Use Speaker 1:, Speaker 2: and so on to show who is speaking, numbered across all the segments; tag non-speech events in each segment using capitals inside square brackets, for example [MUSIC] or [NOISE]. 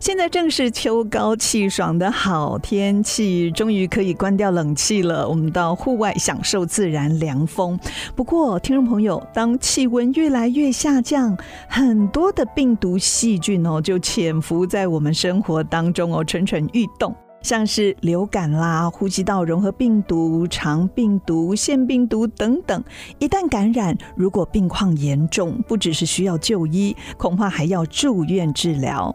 Speaker 1: 现在正是秋高气爽的好天气，终于可以关掉冷气了。我们到户外享受自然凉风。不过，听众朋友，当气温越来越下降，很多的病毒细菌哦，就潜伏在我们生活当中哦，蠢蠢欲动。像是流感啦、呼吸道融合病毒、肠病毒、腺病毒等等，一旦感染，如果病况严重，不只是需要就医，恐怕还要住院治疗。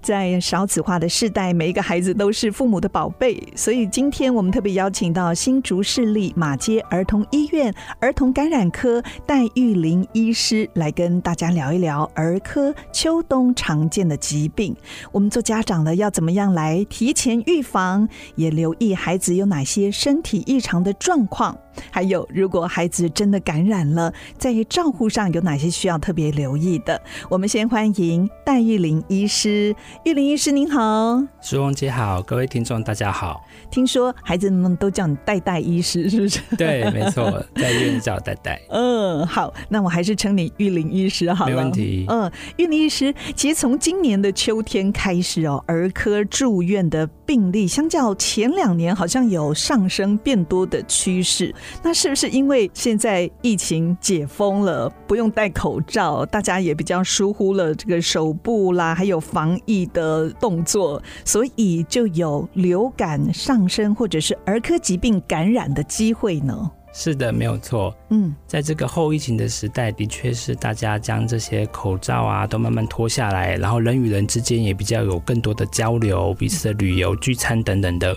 Speaker 1: 在少子化的世代，每一个孩子都是父母的宝贝，所以今天我们特别邀请到新竹市立马街儿童医院儿童感染科戴玉玲医师来跟大家聊一聊儿科秋冬常见的疾病。我们做家长的要怎么样来提前预防，也留意孩子有哪些身体异常的状况，还有如果孩子真的感染了，在照护上有哪些需要特别留意的。我们先欢迎戴玉玲医师，玉玲医师您好。
Speaker 2: 苏荣姐好，各位听众大
Speaker 1: [LAUGHS]
Speaker 2: 家好。
Speaker 1: 听说孩子们都叫你戴戴医师，是不是？
Speaker 2: 对，没错，在医院叫戴戴。
Speaker 1: 嗯，好，那我还是称你玉玲医师好了。
Speaker 2: 没问题
Speaker 1: 嗯，玉玲医师，其实从今年的秋天开始哦，儿科住院的病例相较前两年好像有上升变多的趋势。那是不是因为现在疫情解封了，不用戴口罩，大家也比较疏忽了这个手部啦，还有防疫的动作，所以就有流感上升或者是儿科疾病感染的机会呢？
Speaker 2: 是的，没有错。
Speaker 1: 嗯，
Speaker 2: 在这个后疫情的时代，的确是大家将这些口罩啊都慢慢脱下来，然后人与人之间也比较有更多的交流，彼此的旅游、聚餐等等的，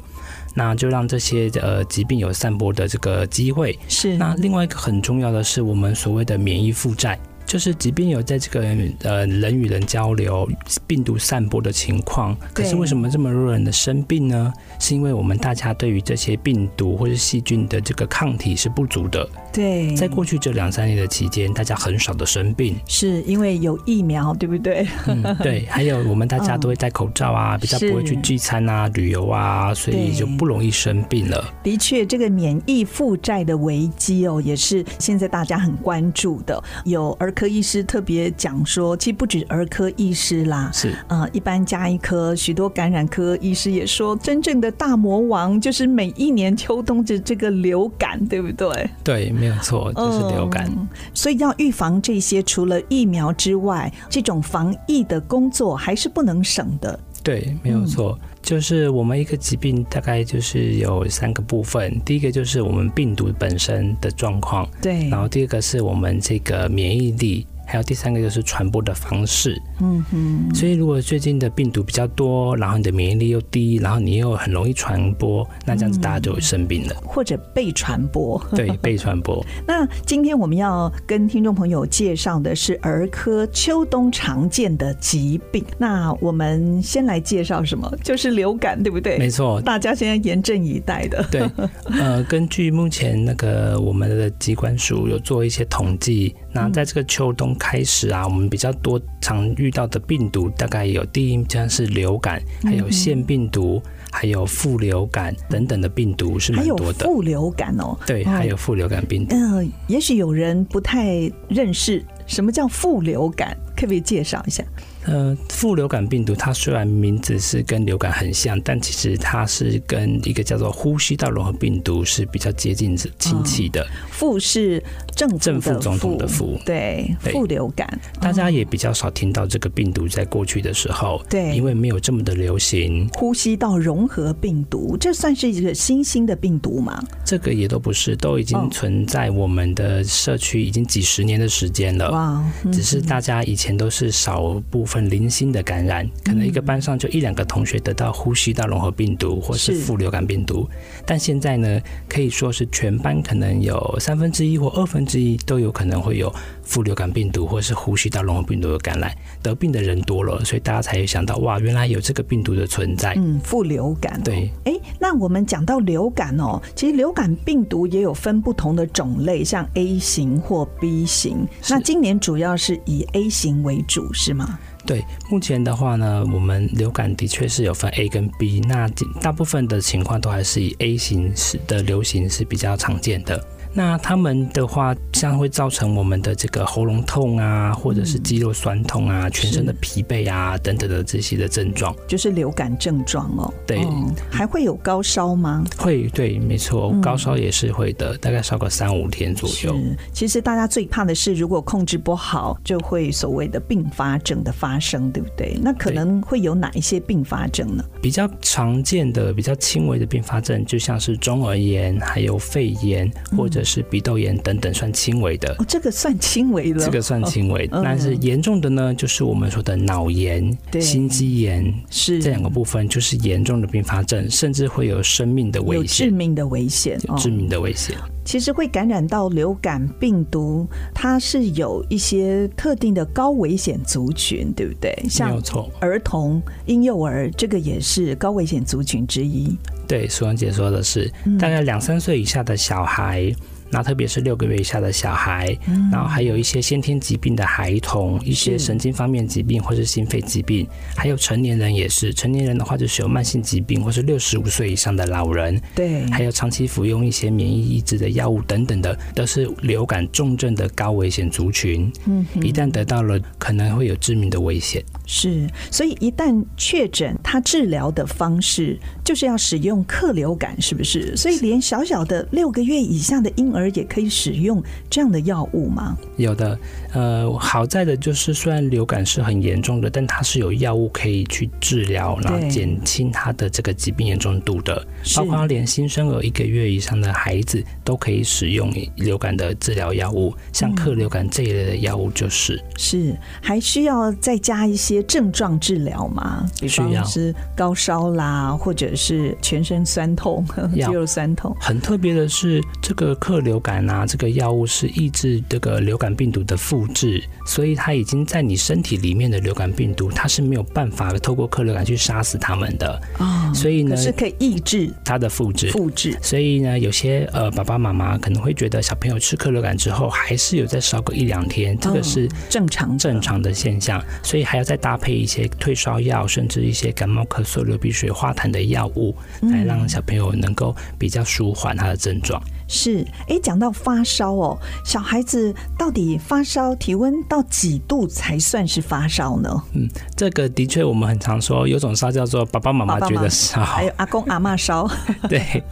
Speaker 2: 那就让这些呃疾病有散播的这个机会。
Speaker 1: 是
Speaker 2: 那另外一个很重要的是，我们所谓的免疫负债，就是即便有在这个呃人与人交流、病毒散播的情况，可
Speaker 1: 对
Speaker 2: 是为什么这么多人的生病呢？是因为我们大家对于这些病毒或是细菌的这个抗体是不足的。
Speaker 1: 对，，
Speaker 2: 在过去这两三年的期间，大家很少的生病
Speaker 1: 是因为有疫苗，对不对？
Speaker 2: 嗯，对，还有我们大家都会戴口罩啊，比较不会去
Speaker 1: 是
Speaker 2: 聚餐啊、旅游啊，所
Speaker 1: 对
Speaker 2: 以就不容易生病了。
Speaker 1: 的确，这个免疫负债的危机哦，也是现在大家很关注的。有儿科医师特别讲说，其实不止儿科医师啦。
Speaker 2: 是，
Speaker 1: 呃，一般加一科，许多感染科医师也说，真正的大魔王就是每一年秋冬的这个流感，对不对？
Speaker 2: 对，没有错，就是流感。
Speaker 1: 嗯所以要预防这些，除了疫苗之外，这种防疫的工作还是不能省的。
Speaker 2: 对，没
Speaker 1: 嗯
Speaker 2: 有错，就是我们一个疾病大概就是有三个部分，第一个就是我们病毒本身的状况，
Speaker 1: 对
Speaker 2: 然后第二个是我们这个免疫力。还有第三个就是传播的方式，
Speaker 1: 嗯哼，
Speaker 2: 所以如果最近的病毒比较多，然后你的免疫力又低，然后你又很容易传播，那这样子大家就会生病了，
Speaker 1: 或者被传播。
Speaker 2: 对，被传播。
Speaker 1: 那今天我们要跟听众朋友介绍的是儿科秋冬常见的疾病。那我们先来介绍什么？就是流感，对不 [LAUGHS] 对？
Speaker 2: 没错，
Speaker 1: 大家现在严阵以待的。
Speaker 2: [LAUGHS] 对，呃，根据目前那个我们的疾管署有做一些统计，那
Speaker 1: 嗯
Speaker 2: 在这个秋冬开始啊，我们比较多常遇到的病毒，大概有第一像是流感，还有腺病毒，
Speaker 1: 嗯
Speaker 2: 还有副流感等等的病毒是
Speaker 1: 还
Speaker 2: 蛮
Speaker 1: 有
Speaker 2: 多的。
Speaker 1: 副流感哦。
Speaker 2: 对，还有副流感病毒。
Speaker 1: 嗯、也许有人不太认识什么叫副流感，可不可以介绍一下？
Speaker 2: 呃，副流感病毒它虽然名字是跟流感很像，但其实它是跟一个叫做呼吸道融合病毒是比较接
Speaker 1: 哦
Speaker 2: 近亲戚的。
Speaker 1: 副是政府的
Speaker 2: 正副总统的副
Speaker 1: 对，
Speaker 2: 对
Speaker 1: 副流感。
Speaker 2: 大家也比较少听到这个病毒在过去的时候，
Speaker 1: 对
Speaker 2: 因为没有这么的流行，
Speaker 1: 呼吸道融合病毒，这算是一个新兴的病毒吗？
Speaker 2: 这个也都不是，都已
Speaker 1: 哦
Speaker 2: 经存在我们的社区已经几十年的时间了。
Speaker 1: 哇，嗯
Speaker 2: 只是大家以前都是少部分零星的
Speaker 1: 嗯
Speaker 2: 感染，可能一个班上就一两个同学得到呼吸道融合病毒或是
Speaker 1: 是
Speaker 2: 副流感病毒，但现在呢，可以说是全班可能有三分之一或二分之一都有可能会有副流感病毒或是呼吸道融合病毒的感染，得病的人多了，所以大家才想到哇，原来有这个病毒的存在。
Speaker 1: 嗯，副流感、哦。
Speaker 2: 对，
Speaker 1: 哎，那我们讲到流感哦，其实流感病毒也有分不同的种类，像 A 型或 B 型。
Speaker 2: 是
Speaker 1: 那今年主要是以 A 型为主，是吗？
Speaker 2: 对，目前的话呢，我们流感的确是有分 A 跟 B，那大部分的情况都还是以 A 型是的流行是比较常见的。那他们的话，像会造成我们的这个喉咙痛啊，或者是肌肉酸痛啊，
Speaker 1: 嗯
Speaker 2: 全身的疲惫啊等等的这些的症状，
Speaker 1: 就是流感症状哦。
Speaker 2: 对
Speaker 1: 哦还会有高烧吗？
Speaker 2: 会对，没错
Speaker 1: 嗯，
Speaker 2: 高烧也是会的，大概烧个三五天左右。
Speaker 1: 是，其实大家最怕的是，如果控制不好，就会所谓的并发症的发生，对不对？那可
Speaker 2: 对
Speaker 1: 能会有哪一些并发症呢？
Speaker 2: 比较常见的、比较轻微的并发症，就像是中耳炎、还有肺炎
Speaker 1: 嗯
Speaker 2: 或者是鼻窦炎等等，算轻微的。
Speaker 1: 哦，这个算轻微了，
Speaker 2: 这个算轻微，
Speaker 1: 嗯
Speaker 2: 但是严重的呢，就是我们说的脑炎
Speaker 1: 对、
Speaker 2: 心肌炎
Speaker 1: 是
Speaker 2: 这两个部分，就是严重的并发症，甚至会有生命的
Speaker 1: 有
Speaker 2: 危
Speaker 1: 致
Speaker 2: 险，
Speaker 1: 命的危险哦
Speaker 2: 有致。命的危险。
Speaker 1: 其实会感染到流感病毒，它是有一些特定的高危险族群，对不对？
Speaker 2: 没
Speaker 1: 像
Speaker 2: 有错，
Speaker 1: 儿童、婴幼儿，这个也是高危险族群之一。
Speaker 2: 对，苏文姐说的是，
Speaker 1: 嗯
Speaker 2: 大概两三岁以下的小孩。那特别是六个月以下的小孩，然后还有一些先天疾病的孩童，一些
Speaker 1: 嗯是
Speaker 2: 神经方面疾病或是心肺疾病，还有成年人也是。成年人的话就是有慢性疾病，或是六十五岁以上的老人，
Speaker 1: 对，
Speaker 2: 还有长期服用一些免疫抑制的药物等等的，都是流感重症的高危险族群。
Speaker 1: 嗯哼
Speaker 2: 一旦得到了，可能会有致命的危险。
Speaker 1: 是，所以一旦确诊，它治疗的方式就是要使用克流感，是不是？所以连小小的六个月以下的婴儿也可以使用这样的药物吗？
Speaker 2: 有的，呃，好在的就是，虽然流感是很严重的，但它是有药物可以去治疗，然后
Speaker 1: 对
Speaker 2: 减轻它的这个疾病严重度的。
Speaker 1: 是
Speaker 2: 包括连新生儿一个月以上的孩子都可以使用流感的治疗药物，
Speaker 1: 嗯
Speaker 2: 像克流感这一类的药物就是。
Speaker 1: 是，还需要再加一些症状治疗吗？比
Speaker 2: 需要
Speaker 1: 方是高烧啦，或者是全身酸痛、肌
Speaker 2: [LAUGHS] 要
Speaker 1: 肉酸痛。
Speaker 2: 很特别的是，这个克流感啊，这个药物是抑制这个流感病毒的复制，所以它已经在你身体里面的流感病毒，它是没有办法透过克流感去杀死它们的，
Speaker 1: 啊、
Speaker 2: 所以呢
Speaker 1: 可，是可以抑制
Speaker 2: 它的复制。
Speaker 1: 复制。
Speaker 2: 所以呢，有些呃爸爸妈妈可能会觉得小朋友吃克流感之后，还是有再烧个一两天，这个
Speaker 1: 嗯
Speaker 2: 是
Speaker 1: 正常的
Speaker 2: 正常的现象，所以还要再搭配一些退烧药，甚至一些感冒、咳嗽、流鼻水、化痰的药物，来让
Speaker 1: 嗯
Speaker 2: 小朋友能够比较舒缓他的症状。
Speaker 1: 是，诶，讲到发烧哦，小孩子到底发烧体温到几度才算是发烧呢？
Speaker 2: 嗯这个的确，我们很常说，有种烧叫做爸爸妈妈觉哎得烧。
Speaker 1: 还有阿公阿嬷烧， [LAUGHS]
Speaker 2: 对， [LAUGHS]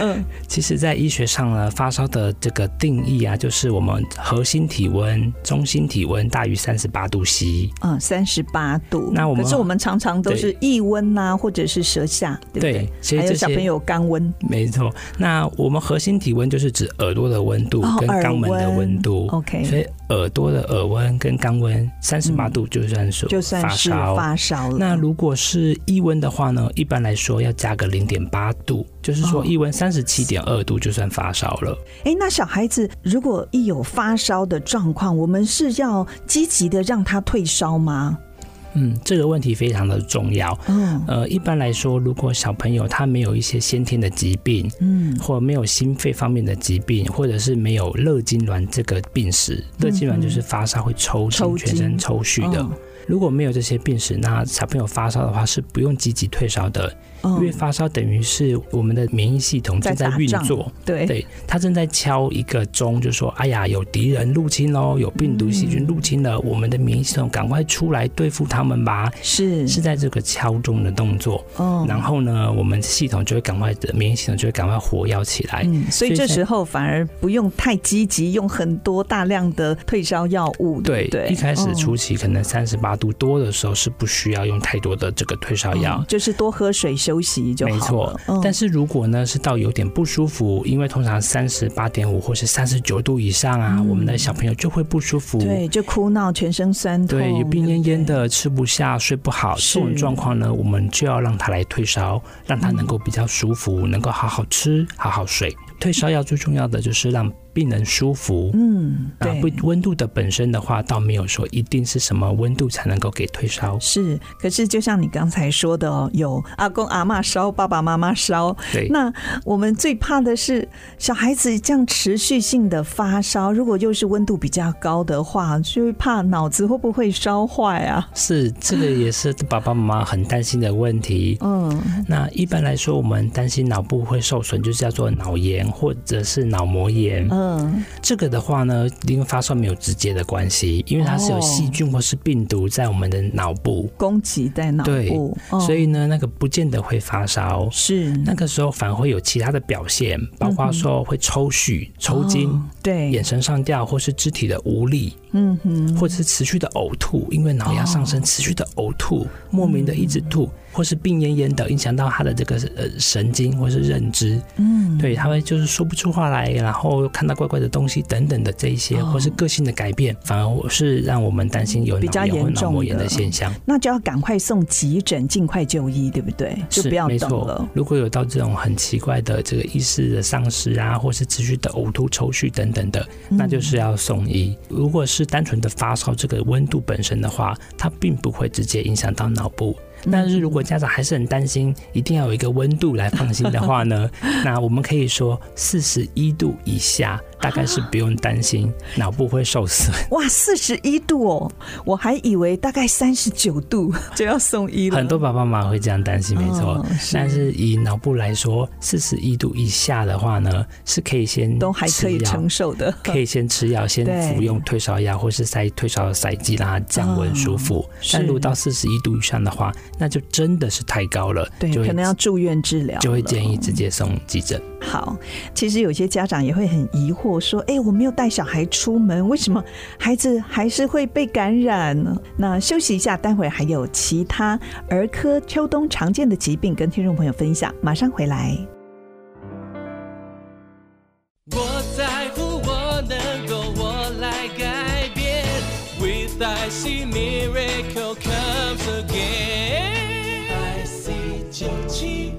Speaker 1: 嗯，
Speaker 2: 其实，在医学上呢，发烧的这个定义啊，就是我们核心体温、中心体温大于三十八度 C。
Speaker 1: 嗯，三十八度。
Speaker 2: 那我们
Speaker 1: 可是我们常常都是腋温呐、或者是舌下，对不对？
Speaker 2: 对其实
Speaker 1: 还有
Speaker 2: 这
Speaker 1: 小
Speaker 2: 些
Speaker 1: 朋友肛温，
Speaker 2: 没错，那我们核心体温就是指耳朵的温度
Speaker 1: 哦
Speaker 2: 跟
Speaker 1: 耳
Speaker 2: 肛门的温度。所
Speaker 1: ，OK，
Speaker 2: 以耳朵的耳温跟肛温三十八度嗯就算是
Speaker 1: 就算
Speaker 2: 发
Speaker 1: 是
Speaker 2: 烧。
Speaker 1: 发烧了。
Speaker 2: 那如果是腋温的话呢，一般来说要加个零点八度，就是
Speaker 1: 哦
Speaker 2: 说腋温三十七点二度就算发烧了。
Speaker 1: 诶，那小孩子如果一有发烧的状况，我们是要积极的让他退烧吗？
Speaker 2: 嗯，这个问题非常的重要。
Speaker 1: 嗯
Speaker 2: 呃，一般来说，如果小朋友他没有一些先天的疾病，
Speaker 1: 嗯，
Speaker 2: 或没有心肺方面的疾病，或者是没有热痉挛这个病史，热痉挛就是发烧会抽
Speaker 1: 嗯抽
Speaker 2: 筋、
Speaker 1: 筋
Speaker 2: 全身抽搐的
Speaker 1: 嗯。
Speaker 2: 如果没有这些病史，那小朋友发烧的话是不用积极退烧的，因为
Speaker 1: 嗯，
Speaker 2: 发烧等于是我们的免疫系统正在
Speaker 1: 在打
Speaker 2: 运
Speaker 1: 仗
Speaker 2: 作。
Speaker 1: 对
Speaker 2: 对，他正在敲一个钟，就说：“哎呀，有敌人入侵喽，有病毒细
Speaker 1: 嗯
Speaker 2: 菌入侵了，我们的免疫系统赶快出来对付他们吧。”
Speaker 1: 嗯是
Speaker 2: 是在这个敲钟的动作，
Speaker 1: 嗯
Speaker 2: 然后呢，我们系统就会赶快，免疫系统就会赶快活跃起来。
Speaker 1: 嗯，所以这
Speaker 2: 所以在
Speaker 1: 时候反而不用太积极，用很多大量的退烧药物，对
Speaker 2: 对
Speaker 1: 不，对，
Speaker 2: 一开始
Speaker 1: 嗯
Speaker 2: 初期可能三十八度多的时候是不需要用太多的这个退烧药
Speaker 1: 嗯，就是多喝水休息就好了
Speaker 2: 没错。
Speaker 1: 嗯
Speaker 2: 但是如果呢是到有点不舒服，因为通常三十八点五或是三十九度以上啊，我们的小朋友就会不舒服。
Speaker 1: 嗯对，就哭闹，全身酸痛，
Speaker 2: 对，有病
Speaker 1: 对
Speaker 2: 恹
Speaker 1: 不对
Speaker 2: 恹。的，吃不下，睡不好，
Speaker 1: 是
Speaker 2: 这种状况呢，我们就要让他来退烧，让他能够比较舒服，能够好好吃，好好睡。退烧药最重要的就是让病人舒服。
Speaker 1: 嗯，
Speaker 2: 啊，
Speaker 1: 对
Speaker 2: 不，，温度的本身的话，倒没有说一定是什么温度才能够给退烧。
Speaker 1: 是。可是就像你刚才说的哦，有阿公阿嬷烧，爸爸妈妈烧。
Speaker 2: 对，
Speaker 1: 那我们最怕的是小孩子这样持续性的发烧，如果又是温度比较高的话，就会怕脑子会不会烧坏啊？
Speaker 2: 是这个也是爸爸妈妈很担心的问题。
Speaker 1: 嗯，
Speaker 2: 那一般来说，我们担心脑部会受损，就叫做脑炎或者是脑膜炎。
Speaker 1: 嗯，
Speaker 2: 这个的话呢，跟发烧没有直接的关系，因为它是有
Speaker 1: 哦
Speaker 2: 细菌或是病毒在我们的脑部，
Speaker 1: 攻击在脑
Speaker 2: 对
Speaker 1: 部，嗯
Speaker 2: 所以呢，那个不见得会发烧。
Speaker 1: 是嗯
Speaker 2: 那个时候反而会有其他的表现，包括说会抽搐、抽筋、
Speaker 1: 哦对
Speaker 2: 眼，神上吊，或是肢体的无力，
Speaker 1: 嗯哼，
Speaker 2: 或者是持续的呕吐，因为脑压上升，持续的呕吐，莫名的一直
Speaker 1: 嗯
Speaker 2: 吐，或是病恹恹的，影响到他的这个呃神经或是认知，
Speaker 1: 嗯，
Speaker 2: 对，他会就是说不出话来，然后看到怪怪的东西等等的这一些，
Speaker 1: 哦
Speaker 2: 或是个性的改变，反而是让我们担心有
Speaker 1: 比较
Speaker 2: 脑炎或
Speaker 1: 严重
Speaker 2: 脑膜炎
Speaker 1: 的
Speaker 2: 的现象。
Speaker 1: 那就要赶快送急诊，尽快就医，对不对？就是不要
Speaker 2: 没
Speaker 1: 等了
Speaker 2: 错。。如果有到这种很奇怪的这个意识的丧失啊，或是持续的呕吐、抽搐等等的，
Speaker 1: 嗯
Speaker 2: 那就是要送医。如果是单纯的发烧，这个温度本身的话，它并不会直接影响到脑部。
Speaker 1: 嗯
Speaker 2: 但是如果家长还是很担心，一定要有一个温度来放心的
Speaker 1: [LAUGHS]
Speaker 2: 话呢，那我们可以说四十一度以下，大概是不用
Speaker 1: [LAUGHS]
Speaker 2: 担心脑部会受损。
Speaker 1: 哇，四十一度哦，我还以为大概三十九度就要送医了。
Speaker 2: 很多爸爸妈妈会这样担心，没错。
Speaker 1: 哦是
Speaker 2: 但是以脑部来说，四十一度以下的话呢，是可以先
Speaker 1: 都还可以
Speaker 2: 吃药
Speaker 1: 承受的，
Speaker 2: 嗯可以先吃药，先
Speaker 1: 对
Speaker 2: 服用退烧药或是塞退烧的塞剂，让它降温舒服。
Speaker 1: 哦是
Speaker 2: 但如果到四十一度以上的话，那就真的是太高了，
Speaker 1: [LAUGHS] 对，
Speaker 2: 就会
Speaker 1: 可能要住院治疗了，
Speaker 2: 就会建议直接送急诊。
Speaker 1: 好，其实有些家长也会很疑惑，说：“哎，我没有带小孩出门，为什么孩子还是会被感染呢？”那休息一下，待会还有其他儿科秋冬常见的疾病跟听众朋友分享，马上回来。
Speaker 3: 我在乎我能够我来改变。With I see miracle comes again。I see 九七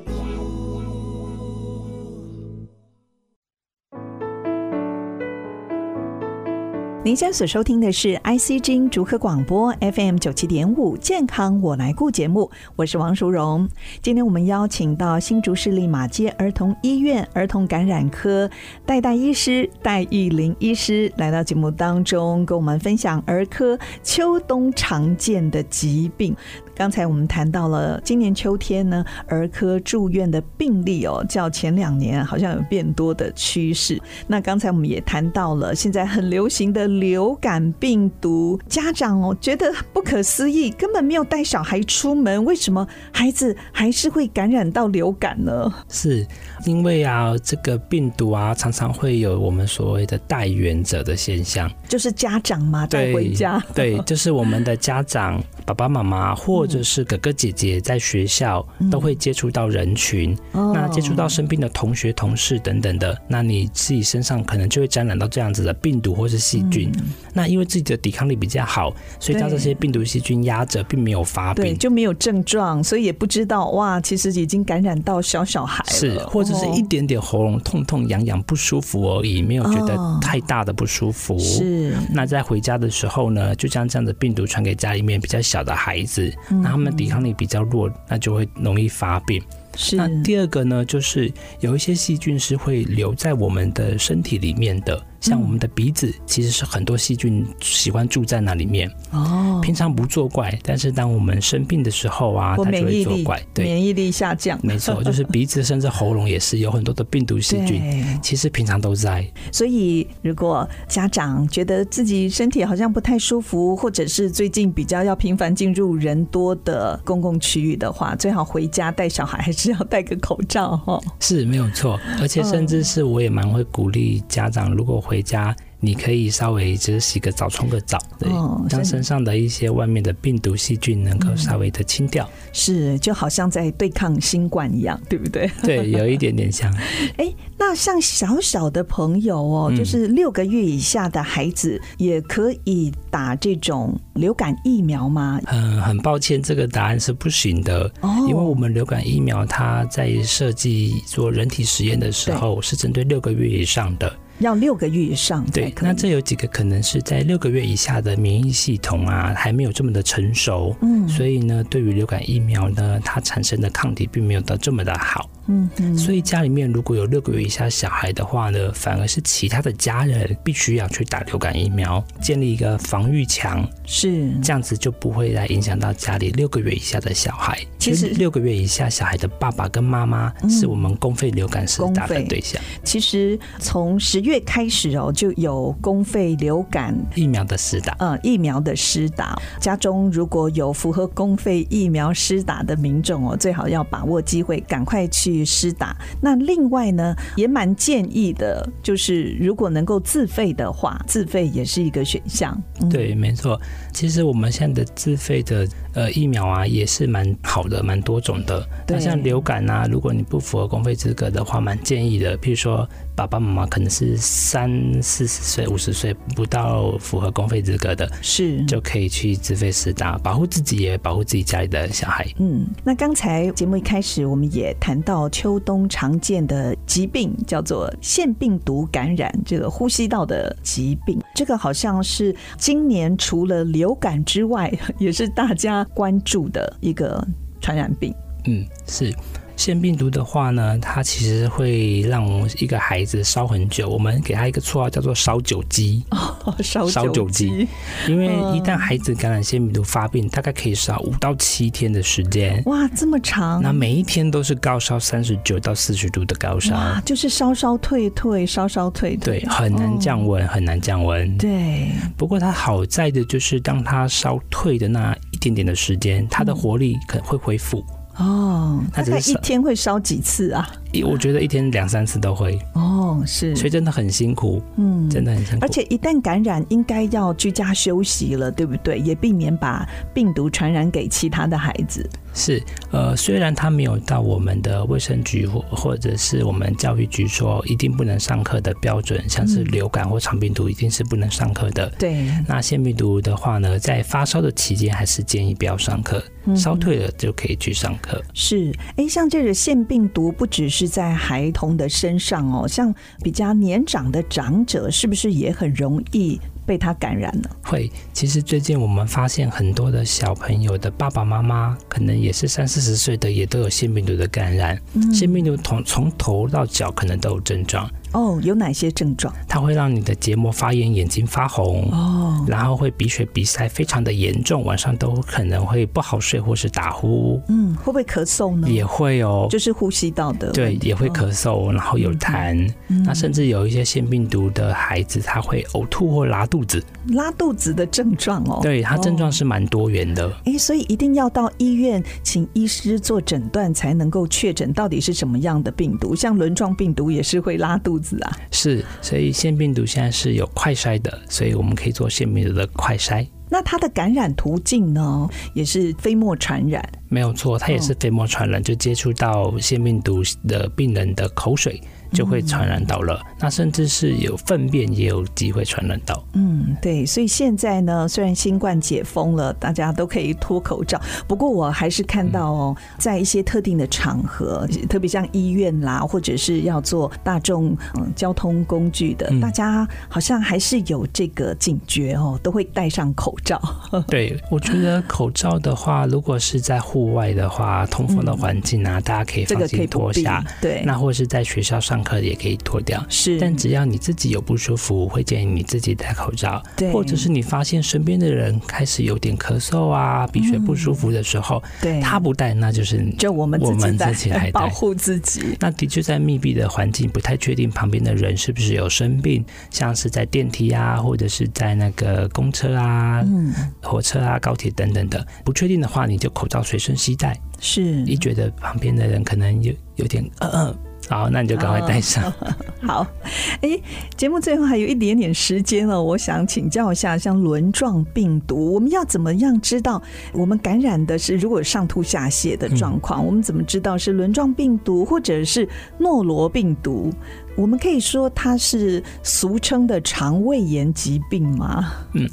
Speaker 1: 您现在所收听的是 IC 之音竹科广播 FM 九七点五健康我来顾节目，我是王淑荣。今天我们邀请到新竹市立马街儿童医院儿童感染科戴戴医师戴玉玲医师来到节目当中，跟我们分享儿科秋冬常见的疾病。刚才我们谈到了今年秋天呢，儿科住院的病例哦，较前两年好像有变多的趋势。那刚才我们也谈到了现在很流行的流感病毒，家长哦觉得不可思议，根本没有带小孩出门，为什么孩子还是会感染到流感呢？ [LAUGHS]
Speaker 2: 是因为啊，这个病毒啊，常常会有我们所谓的带源者的现象。
Speaker 1: 就是家长嘛，带
Speaker 2: 对，
Speaker 1: 回家， [LAUGHS]
Speaker 2: 对，就是我们的家长、爸爸妈妈或者是哥哥姐姐在学校、都会接触到人群，
Speaker 1: 嗯哦
Speaker 2: 那接触到生病的同学、同事等等的，那你自己身上可能就会沾染到这样子的病毒或是细菌。
Speaker 1: 嗯
Speaker 2: 那因为自己的抵抗力比较好，所以当这些病毒细菌压着，并没有发
Speaker 1: 对
Speaker 2: 病。
Speaker 1: 就没有症状，所以也不知道哇，其实已经感染到小小孩了，
Speaker 2: 是，或者是一
Speaker 1: 哦
Speaker 2: 点点喉咙痛痛痒痒不舒服而已，没有觉
Speaker 1: 哦
Speaker 2: 得太大的不舒服。
Speaker 1: 是
Speaker 2: 那在回家的时候呢，就将这样的病毒传给家里面比较小的孩子，
Speaker 1: 嗯
Speaker 2: 那他们抵抗力比较弱，那就会容易发病。
Speaker 1: 是
Speaker 2: 那第二个呢，就是有一些细菌是会留在我们的身体里面的，像我们的鼻子，其实是很多细菌喜欢住在那里面，
Speaker 1: 哦，
Speaker 2: 平常不作怪，但是当我们生病的时候啊，
Speaker 1: 我
Speaker 2: 它就
Speaker 1: 免
Speaker 2: 会
Speaker 1: 疫
Speaker 2: 作
Speaker 1: 力
Speaker 2: 怪。对，
Speaker 1: 免疫力下降，
Speaker 2: 没错，就是鼻子甚至喉咙也是有很多的病毒细
Speaker 1: [LAUGHS]
Speaker 2: 菌。
Speaker 1: 对
Speaker 2: 其实平常都在，
Speaker 1: 所以，如果家长觉得自己身体好像不太舒服，或者是最近比较要频繁进入人多的公共区域的话，最好回家带小孩还是要戴个口罩哦。
Speaker 2: 是没有错，而且甚至是我也蛮会鼓励家长，如果回家，你可以稍微就是洗个澡、冲个澡，对，
Speaker 1: 哦
Speaker 2: 让
Speaker 1: 真
Speaker 2: 身上的一些外面的病毒细菌能够稍微的清掉。
Speaker 1: 是就好像在对抗新冠一样，对不对？
Speaker 2: 对，有一点点像。
Speaker 1: 哎， [LAUGHS] 那像小小的朋友哦，
Speaker 2: 嗯
Speaker 1: 就是六个月以下的孩子，也可以打这种流感疫苗吗？
Speaker 2: 嗯，很抱歉，这个答案是不行的。
Speaker 1: 哦
Speaker 2: 因为我们流感疫苗它在设计做人体实验的时候，是针对六个月以上的。
Speaker 1: 要六个月以上才
Speaker 2: 对，
Speaker 1: 可以
Speaker 2: 那这有几个可能是在六个月以下的免疫系统啊，还没有这么的成熟，
Speaker 1: 嗯
Speaker 2: 所以呢，对于流感疫苗呢，它产生的抗体并没有到这么的好。
Speaker 1: 嗯嗯
Speaker 2: 所以家里面如果有六个月以下小孩的话呢，反而是其他的家人必须要去打流感疫苗，建立一个防御墙，
Speaker 1: 嗯是
Speaker 2: 这样子就不会来影响到家里六个月以下的小孩。
Speaker 1: 其实
Speaker 2: 因为六个月以下小孩的爸爸跟妈妈
Speaker 1: 嗯
Speaker 2: 是我们公费流感时打
Speaker 1: 公
Speaker 2: 的
Speaker 1: 费
Speaker 2: 对象，
Speaker 1: [LAUGHS] 其实从十月开始哦，就有公费流感
Speaker 2: 疫苗的时打。
Speaker 1: 呃疫苗的施打。家中如果有符合公费疫苗施打的民众哦，最好要把握机会，赶快去施打。那另外呢，也蛮建议的，就是如果能够自费的话，自费也是一个选项。嗯，
Speaker 2: 对，没错。其实我们现在的自费的呃疫苗啊，也是蛮好的，蛮多种的。
Speaker 1: 对
Speaker 2: 那像流感啊，如果你不符合公费资格的话，蛮建议的。譬如说，爸爸妈妈可能是三四十岁、五十岁不到符合公费资格的，
Speaker 1: 是。
Speaker 2: 就可以去自费施打，保护自己也保护自己家里的小孩。
Speaker 1: 嗯，那刚才节目一开始，我们也谈到秋冬常见的疾病叫做腺病毒感染，这个呼吸道的疾病，这个好像是今年除了流感之外，也是大家关注的一个传染病。 [LAUGHS]
Speaker 2: 嗯，是。腺病毒的话呢，它其实会让一个孩子烧很久，我们给他一个绰号叫做“烧酒鸡”。
Speaker 1: 哦，烧
Speaker 2: 烧酒
Speaker 1: 鸡
Speaker 2: 鸡，因为一
Speaker 1: 嗯
Speaker 2: 旦孩子感染腺病毒发病，大概可以烧五到七天的时间。
Speaker 1: 哇，这么长
Speaker 2: 那。每一天都是高烧三十九到四十度的高烧，
Speaker 1: 哇，就是烧烧退退，烧烧退退，
Speaker 2: 对，很难降温，很难降温。
Speaker 1: 哦对，
Speaker 2: 不过它好在的就是，当它烧退的那一点点的时间，它的活力可能会恢复。
Speaker 1: 哦，大
Speaker 2: 那只是
Speaker 1: 概一
Speaker 2: 烧
Speaker 1: 天会烧几次啊？
Speaker 2: 一我觉得一天两三次都会，
Speaker 1: 哦，是，
Speaker 2: 所以真的很辛苦，
Speaker 1: 嗯
Speaker 2: 真的很辛苦
Speaker 1: 而。且一旦感染，应该要居家休息了，对不对？也避免把病毒传染给其他的孩子。
Speaker 2: 是，呃，虽然他没有到我们的卫生局或或者是我们教育局说一定不能上课的标准，像是流感或肠病毒一定是不能上课的。
Speaker 1: 对，
Speaker 2: 那腺病毒的话呢，在发烧的期间还是建议不要上课，烧退了就可以去上课。
Speaker 1: 是。哎，像这个腺病毒不只是在孩童的身上哦，像比较年长的长者，是不是也很容易被它感染呢？
Speaker 2: 会，其实最近我们发现很多的小朋友的爸爸妈妈，可能也是三四十岁的，也都有腺病毒的感染。腺病毒从从头到脚可能都有症状，
Speaker 1: 哦，有哪些症状？
Speaker 2: 它会让你的结膜发炎、眼睛发红，
Speaker 1: 哦，
Speaker 2: 然后会鼻血、鼻塞非常的严重，晚上都可能会不好睡或是打呼，
Speaker 1: 嗯，会不会咳嗽呢？
Speaker 2: 也会哦，
Speaker 1: 就是呼吸道的。
Speaker 2: 对，，也会咳嗽，然后有痰，那甚至有一些腺病毒的孩子，他会呕吐或拉肚子，
Speaker 1: 拉肚子的症状哦。
Speaker 2: 对，他症状是蛮多元的。
Speaker 1: 诶，所以一定要到医院请医师做诊断，才能够确诊到底是什么样的病毒。像轮状病毒也是会拉肚子啊。
Speaker 2: 是，所以腺病毒现在是有快筛的，所以我们可以做腺病毒的快筛。
Speaker 1: 那它的感染途径呢，也是飞沫传染。
Speaker 2: 没有错，它也是飞沫传染，就接触到腺病毒的病人的口水就会传染到了，那甚至是有粪便也有机会传染到。
Speaker 1: 嗯，对。所以现在呢，虽然新冠解封了，大家都可以脱口罩，不过我还是看到哦，在一些特定的场合，特别像医院啦，或者是要做大众嗯交通工具的，
Speaker 2: 嗯
Speaker 1: 大家好像还是有这个警觉哦，都会戴上口罩。
Speaker 2: 对，我觉得口罩的话，如果是在户外的话，通风的环境啊，大家可以
Speaker 1: 这
Speaker 2: 放
Speaker 1: 个可以
Speaker 2: 心
Speaker 1: 不
Speaker 2: 脱
Speaker 1: 必
Speaker 2: 下。，
Speaker 1: 对，
Speaker 2: 那或是在学校上课也可以脱掉。
Speaker 1: 是，
Speaker 2: 但只要你自己有不舒服，我会建议你自己戴口罩。
Speaker 1: 对
Speaker 2: 或者是你发现身边的人开始有点咳嗽啊、鼻血不舒服的时候，
Speaker 1: 嗯对
Speaker 2: 他不戴，那就是
Speaker 1: 就我们
Speaker 2: 我
Speaker 1: 自己
Speaker 2: 们
Speaker 1: 在 [LAUGHS]
Speaker 2: 自己来
Speaker 1: 保
Speaker 2: 戴。
Speaker 1: 护自己，
Speaker 2: 那的确，在密闭的环境，不太确定旁边的人是不是有生病，像是在电梯啊，或者是在那个公车啊、
Speaker 1: 嗯，
Speaker 2: 火车啊、高铁等等的，不确定的话，你就口罩随身携带。
Speaker 1: 是
Speaker 2: 一觉得旁边的人可能有有点呃呃好，那你就赶快带
Speaker 1: 哦
Speaker 2: 上。
Speaker 1: 好，哎，节目最后还有一点点时间了，我想请教一下，像轮状病毒，我们要怎么样知道我们感染的是如果上吐下泻
Speaker 2: 嗯
Speaker 1: 的状况，我们怎么知道是轮状病毒或者是诺罗病毒？我们可以说它是俗称的肠胃炎疾病吗？
Speaker 2: [LAUGHS]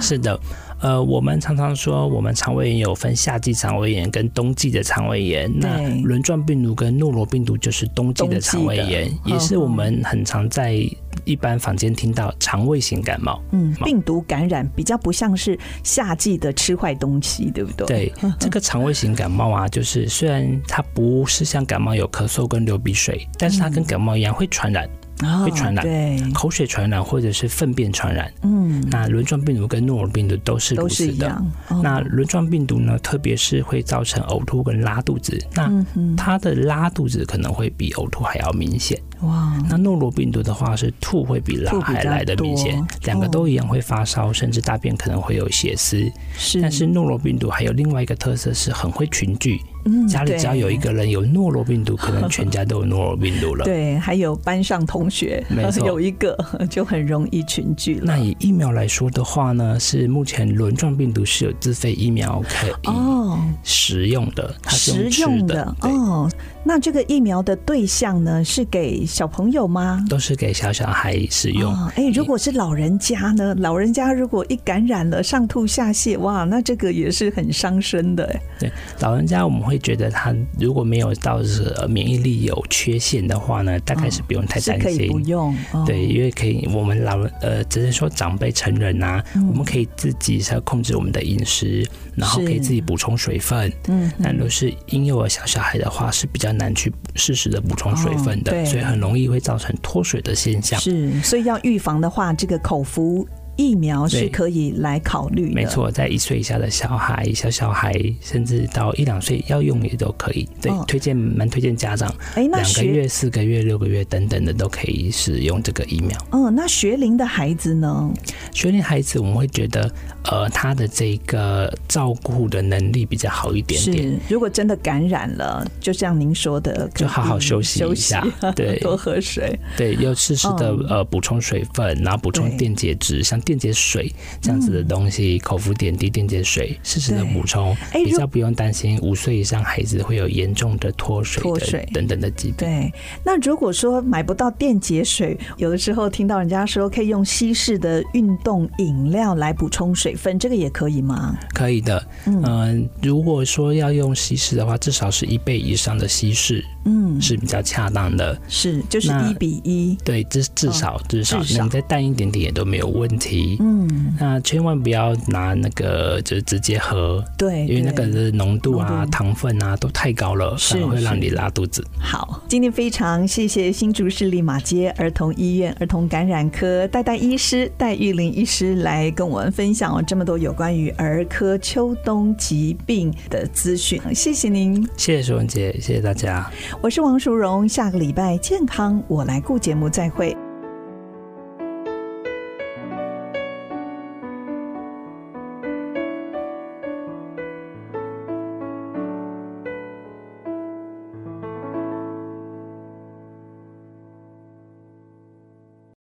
Speaker 2: 是的，呃，我们常常说，我们肠胃炎有分夏季肠胃炎跟冬季的肠胃炎。那
Speaker 1: 对
Speaker 2: 轮状病毒跟诺罗病毒就是冬季的肠胃炎
Speaker 1: 冬，季的
Speaker 2: 也是我们很常在一般房间听到肠胃型感冒。
Speaker 1: 嗯，病毒感染比较不像是夏季的吃坏东西，对不对？ [LAUGHS]
Speaker 2: 对，这个肠胃型感冒啊，就是虽然它不是像感冒有咳嗽跟流鼻水，但是它跟感冒一样会传染，
Speaker 1: 哦
Speaker 2: 会传染
Speaker 1: 对，
Speaker 2: 口水传染或者是粪便传染。
Speaker 1: 嗯，
Speaker 2: 那轮状病毒跟诺罗病毒都是如
Speaker 1: 都
Speaker 2: 此
Speaker 1: 是一
Speaker 2: 的。
Speaker 1: 样。哦
Speaker 2: 那轮状病毒呢，特别是会造成呕吐跟拉肚子。那
Speaker 1: 嗯
Speaker 2: 它的拉肚子可能会比呕吐还要明显。
Speaker 1: 哇，
Speaker 2: 那诺罗病毒的话是吐会比拉
Speaker 1: 吐比较
Speaker 2: 还来的明显
Speaker 1: 多，
Speaker 2: 两个都一样会发烧，甚至大便可能会有血丝。
Speaker 1: 是，
Speaker 2: 但是诺罗病毒还有另外一个特色是很会群聚，
Speaker 1: 嗯
Speaker 2: 家里
Speaker 1: 对
Speaker 2: 只要有一个人有诺罗病毒，可能全家都有诺罗病
Speaker 1: [LAUGHS]
Speaker 2: 毒了。
Speaker 1: 对，还有班上同学
Speaker 2: 没
Speaker 1: [LAUGHS]
Speaker 2: 错
Speaker 1: 有一个就很容易群聚了。
Speaker 2: 那以疫苗来说的话呢，是目前轮状病毒是有自费疫苗可以
Speaker 1: 哦，
Speaker 2: 食用的，它是
Speaker 1: 食
Speaker 2: 用吃
Speaker 1: 用
Speaker 2: 的，对，
Speaker 1: 哦，那这个疫苗的对象呢是给小朋友吗？
Speaker 2: 都是给小小孩使用。
Speaker 1: 哦哎、如果是老人家呢？老人家如果一感染了上吐下泻，哇，那这个也是很伤身的。哎
Speaker 2: 对老人家，我们会觉得他如果没有到是呃免疫力有缺陷的话呢，大概是不用太
Speaker 1: 是
Speaker 2: 担
Speaker 1: 可以
Speaker 2: 心。
Speaker 1: 不用。哦、
Speaker 2: 对，，因为可以，我们老人呃，只是说长辈、成人啊，
Speaker 1: 嗯
Speaker 2: 我们可以自己是要控制我们的饮食，然后
Speaker 1: 是
Speaker 2: 可以自己补充水分。
Speaker 1: 嗯，
Speaker 2: 那如果是婴幼儿、小小孩的话，是比较难去适时的补充水分
Speaker 1: 哦
Speaker 2: 的，
Speaker 1: 对
Speaker 2: 所以很容易会造成脱水的现象。
Speaker 1: 是，所以要预防的话，这个口服疫苗是
Speaker 2: 对
Speaker 1: 可以来考虑的。
Speaker 2: 没错，在一岁以下的小孩、小小孩，甚至到一两岁要用也都可以。对，
Speaker 1: 哦
Speaker 2: 推荐蛮推荐家长
Speaker 1: 哎，那
Speaker 2: 两个
Speaker 1: 学
Speaker 2: 月、四个月、六个月等等的都可以使用这个疫苗。
Speaker 1: 嗯，那学龄的孩子呢？
Speaker 2: 学龄孩子，我们会觉得，呃，他的这个照顾的能力比较好一点点，
Speaker 1: 是，如果真的感染了，就像您说的，可
Speaker 2: 就好好
Speaker 1: 以
Speaker 2: 休息一下对
Speaker 1: [LAUGHS] 多喝水。
Speaker 2: 对，要适时的、
Speaker 1: 嗯
Speaker 2: 呃补充水分，然后补充
Speaker 1: 对嗯
Speaker 2: 电解质，像电解水这样子的东西，口服点滴、电解水，适时的
Speaker 1: 对
Speaker 2: 补充，
Speaker 1: 哎
Speaker 2: 比
Speaker 1: 如
Speaker 2: 较不用担心五岁以上孩子会有严重的脱水
Speaker 1: 脱
Speaker 2: 的
Speaker 1: 水
Speaker 2: 等等的疾病。
Speaker 1: 对，那如果说买不到电解水，有的时候听到人家说可以用稀释的运动饮料来补充水分，这个也可以吗？
Speaker 2: 可以的，嗯、如果说要用稀释的话，至少是一倍以上的稀释
Speaker 1: 嗯，
Speaker 2: 是比较恰当的。
Speaker 1: 是，就是
Speaker 2: 那
Speaker 1: 一比一。
Speaker 2: 对，至至少、至少，
Speaker 1: 嗯至少
Speaker 2: 那你再淡一点点也都没有问题。
Speaker 1: 嗯，
Speaker 2: 那千万不要拿那个就是直接喝，
Speaker 1: 对，
Speaker 2: 因为那
Speaker 1: 对
Speaker 2: 个的浓度啊、
Speaker 1: 浓度
Speaker 2: 糖分啊都太高了，
Speaker 1: 是
Speaker 2: 反而会让
Speaker 1: 是
Speaker 2: 你拉肚子。
Speaker 1: 好，今天非常谢谢新竹市立马街儿童医院儿童感染科戴戴医师戴玉玲医师来跟我们分享哦这么多有关于儿科秋冬疾病的资讯，谢谢您。
Speaker 2: 谢谢舒文姐，谢谢大家。
Speaker 1: 我是王淑荣，下个礼拜健康我来顾节目再会。